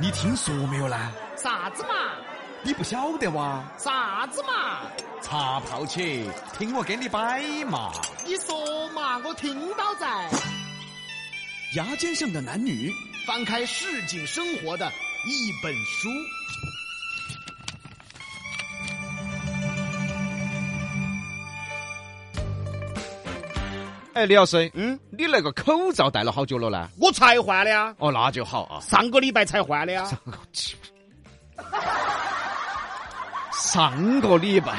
你听说没有呢？啥子嘛？你不晓得哇？啥子嘛？茶泡起，听我给你摆嘛。你说嘛，我听到在。牙尖上的男女，翻开市井生活的一本书。哎，李老师，嗯，你那个口罩戴了好久了呢？我才换的呀，哦，那就好啊。 上个礼拜才换的呀。上个礼拜，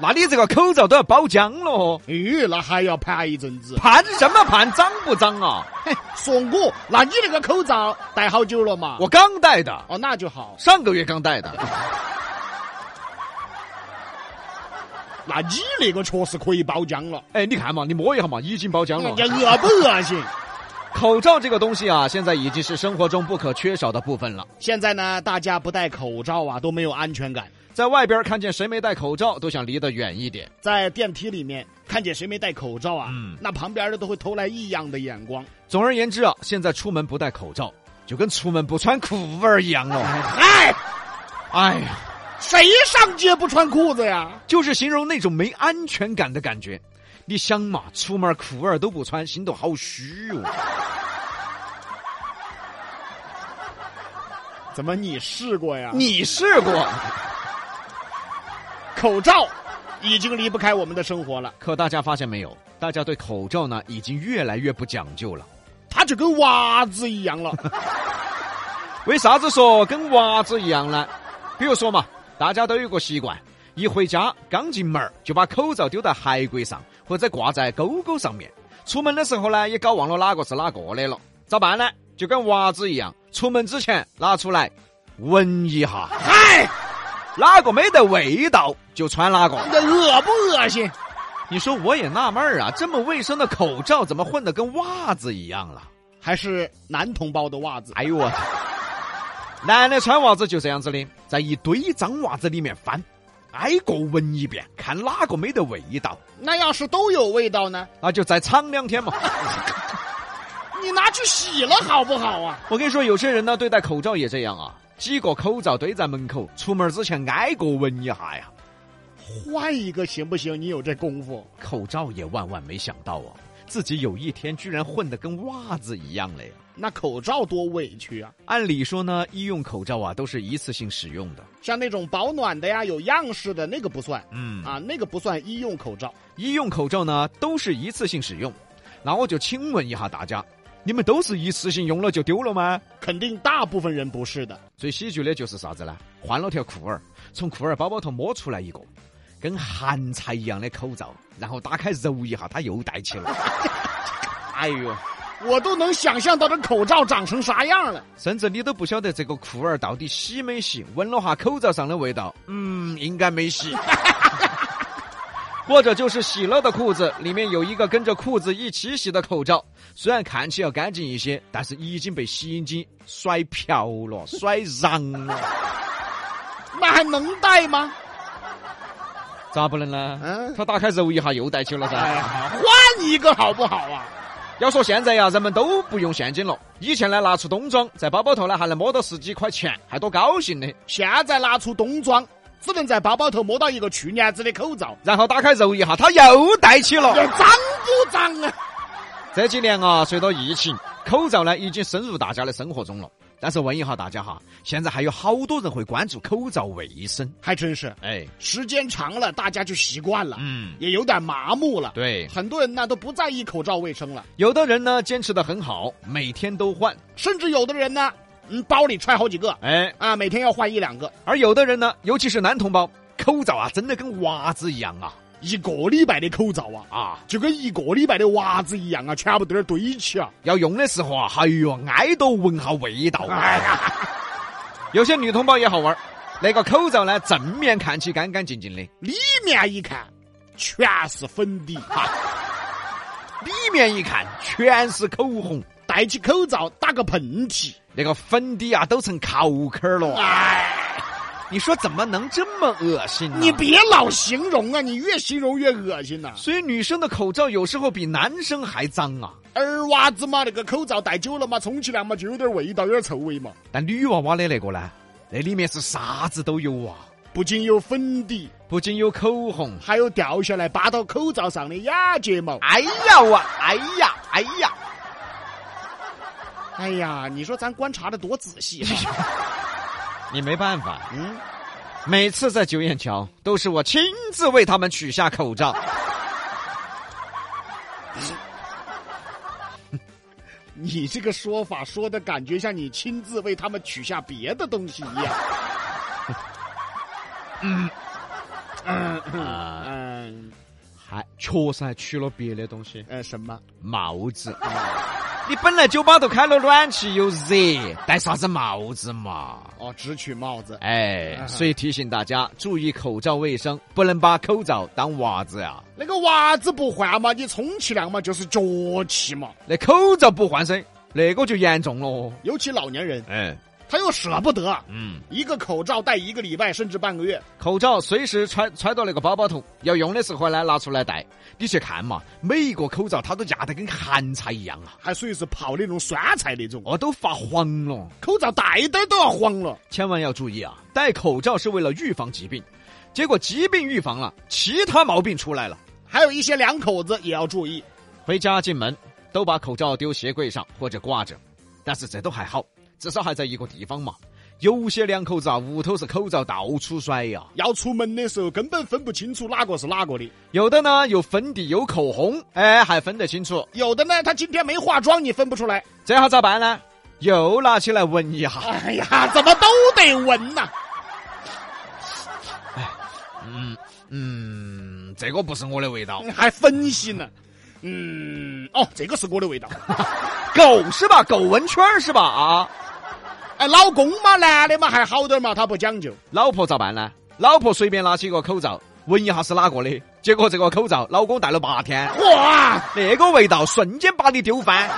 那你这个口罩都要包浆了哦。咦，哎那还要盘一阵子。盼什么盼？脏不脏 啊？嘿，说我，那你那个口罩戴好久了嘛？我刚戴的，哦，那就好。上个月刚戴的。那你那个确实可以包浆了，哎，你看嘛，你摸一下嘛，已经包浆 哎了。人家恶不恶心？口罩这个东西啊，现在已经是生活中不可缺少的部分了。现在呢，大家不戴口罩啊都没有安全感，在外边看见谁没戴口罩，都想离得远一点。在电梯里面看见谁没戴口罩啊，嗯那旁边的都会投来异样的眼光。总而言之啊，现在出门不戴口罩，就跟出门不穿裤儿一样 哦。哎，哎呀，谁上街不穿裤子呀？就是形容那种没安全感的感觉。你想嘛，出门裤儿都不穿，心头好虚哦。怎么你试过呀？ 你试过？口罩已经离不开我们的生活了，可大家发现没有？大家对口罩呢，已经越来越不讲究了。它就跟娃子一样了。为啥子说跟娃子一样呢？比如说嘛，大家都有个习惯，一回家刚进门儿就把口罩丢在鞋柜上，或者挂在钩钩上面。出门的时候呢，也搞忘了哪个是哪个的了，咋办呢？就跟娃子一样，出门之前拿出来闻一下，嗨，哪个没得味道就穿哪个。那恶不恶心？你说我也纳闷儿啊，这么卫生的口罩怎么混得跟袜子一样了？还是男同胞的袜子？哎呦我，男的穿袜子就这样子的，在一堆脏袜子里面翻，挨个闻一遍，看哪个没得味道，那要是都有味道呢？那就再尝两天嘛。你拿去洗了好不好啊？我跟你说，有些人呢对待口罩也这样啊，几个口罩堆在门口，出门之前挨个闻一下呀。换一个行不行？你有这功夫？口罩也万万没想到啊，自己有一天居然混得跟袜子一样嘞。那口罩多委屈啊！按理说呢，医用口罩啊都是一次性使用的，像那种保暖的呀，有样式的那个不算嗯啊，那个不算医用口罩。医用口罩呢都是一次性使用，那我就请问一下大家，你们都是一次性用了就丢了吗？肯定大部分人不是的，最喜剧的就是啥子呢？换了条裤儿，从裤儿包包头摸出来一个跟韩菜一样的口罩，然后打开揉一下，他又戴起了。 哎呦，我都能想象到这口罩长成啥样了。甚至你都不晓得这个裤儿到底洗没洗，闻了下口罩上的味道，嗯，应该没洗。 或者就是洗了的裤子，里面有一个跟着裤子一起洗的口罩，虽然看起要干净一些，但是已经被洗衣机甩瓢 了、甩瓤了，那还能戴吗？咋不能呢？嗯他打开揉一下又带起了噻。哎呀，换一个好不好啊？要说现在呀，人们都不用现金了，以前呢拿出冬装，在包包头呢还能摸到十几块钱，还多高兴呢。现在拿出冬装，只能在包包头摸到一个去年子的口罩，然后打开揉一下，他又带起了。这脏不脏啊？这几年啊，随着疫情，口罩呢已经深入大家的生活中了。但是问一下大家哈，现在还有好多人会关注口罩卫生。还真是，哎，时间长了大家就习惯了，嗯，也有点麻木了。对，很多人呢都不在意口罩卫生了，有的人呢坚持的很好，每天都换。甚至有的人呢，嗯，包里揣好几个哎，啊，每天要换一两个，而有的人呢，尤其是男同胞，口罩啊真的跟娃子一样啊一个礼拜的口罩啊，啊！就跟一个礼拜的娃子一样啊，全部都在那儿堆起啊。要用的时候啊，哎呦，挨多闻下味道。哎呀，有些女同胞也好玩儿，那个口罩呢，正面看起干干净净的，里面一看，全是粉底哈，里面一看全是口红。戴起口罩打个喷嚏，那个粉底啊都成烤坑儿了。哎，你说怎么能这么恶心呢？你别老啊形容啊，你越形容越恶心呐、所以女生的口罩有时候比男生还脏啊！儿娃子嘛，那个口罩戴久了嘛，充其量嘛就有点味道，有点臭味嘛。但女娃娃的那个呢，那里面是啥子都有啊，不仅有粉底，不仅有口红，还有掉下来扒到口罩上的眼睫毛。哎呀哇，哎呀，哎呀，哎呀，你说咱观察的多仔细哈、你没办法，嗯，每次在九眼桥都是我亲自为他们取下口罩。你这个说法说的感觉像你亲自为他们取下别的东西一样。嗯嗯嗯啊还确实还取了别的东西，呃什么？帽子。你本来酒吧头开了暖气又热，戴啥子帽子嘛？哦，只取帽子。哎，啊所以提醒大家注意口罩卫生，不能把口罩当袜子啊呀、那个袜子不换嘛，你充其量嘛就是脚气嘛，那口罩不换身，那个就严重了哦。尤其老年人哎，他又舍不得，啊嗯，一个口罩戴一个礼拜甚至半个月。口罩随时揣揣到那个包包头，要用的时候呢拿出来戴。你去看嘛，每一个口罩它都压得跟咸菜一样啊，还属于是泡那种酸菜那种，哦，都发黄了。口罩戴戴都要黄了。千万要注意啊！戴口罩是为了预防疾病，结果疾病预防了，其他毛病出来了。还有一些两口子也要注意，回家进门都把口罩丢鞋柜上或者挂着，但是这都还好，至少还在一个地方嘛。有些两口子啊，屋头是口罩到处甩呀、要出门的时候根本分不清楚哪个是哪个的。有的呢有粉底有口红，哎，还分得清楚，有的呢，他今天没化妆，你分不出来。这下咋办呢？又拿起来闻一下，哎呀，怎么都得闻呐、嗯嗯，这个不是我的味道，还分析呢。嗯，哦，这个是我的味道。狗是吧？狗闻圈儿是吧？啊，哎，老公嘛，男的嘛还好点嘛，他不讲究。老婆咋办呢？老婆随便拿起一个口罩，闻一下是哪个的，结果这个口罩老公戴了八天，哇，那个味道瞬间把你丢翻。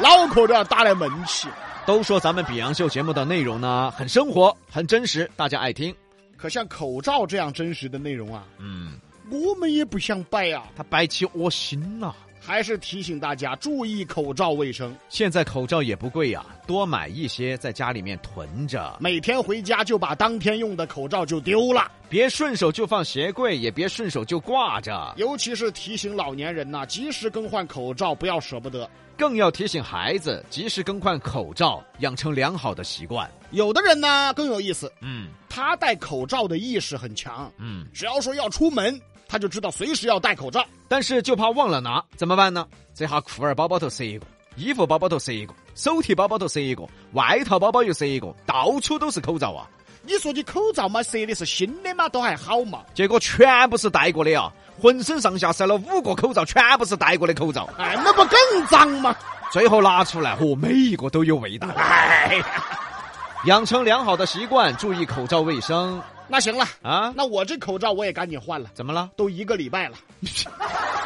脑壳都要打来闷气。都说咱们《比洋秀》节目的内容呢，很生活，很真实，大家爱听。可像口罩这样真实的内容啊，嗯，我们也不想摆啊。他摆起我心了、还是提醒大家注意口罩卫生，现在口罩也不贵呀、多买一些在家里面囤着，每天回家就把当天用的口罩就丢了。别顺手就放鞋柜，也别顺手就挂着。尤其是提醒老年人呐、及时更换口罩，不要舍不得。更要提醒孩子及时更换口罩，养成良好的习惯。有的人呢更有意思，嗯他戴口罩的意识很强，嗯。只要说要出门，他就知道随时要戴口罩。但是就怕忘了拿，怎么办呢？这下裤儿包包头塞一个，衣服包包头塞一个，手提包包头塞一个，外套包包又塞一个，到处都是口罩啊！你说你口罩嘛，塞的是新的嘛，都还好嘛。结果全部是戴过的啊，浑身上下塞了五个口罩，全部是戴过的口罩，哎，那不更脏吗？最后拿出来，嚯、每一个都有味道。哎呀，养成良好的习惯，注意口罩卫生那行了，啊！那我这口罩我也赶紧换了，怎么了？都一个礼拜了。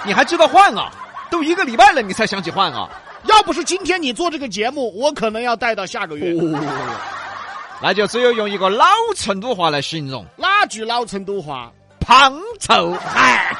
你还知道换啊？都一个礼拜了，你才想起换啊？要不是今天你做这个节目，我可能要戴到下个月。那就只有用一个老成都话来形容，哪句老成都话？胖臭。哎，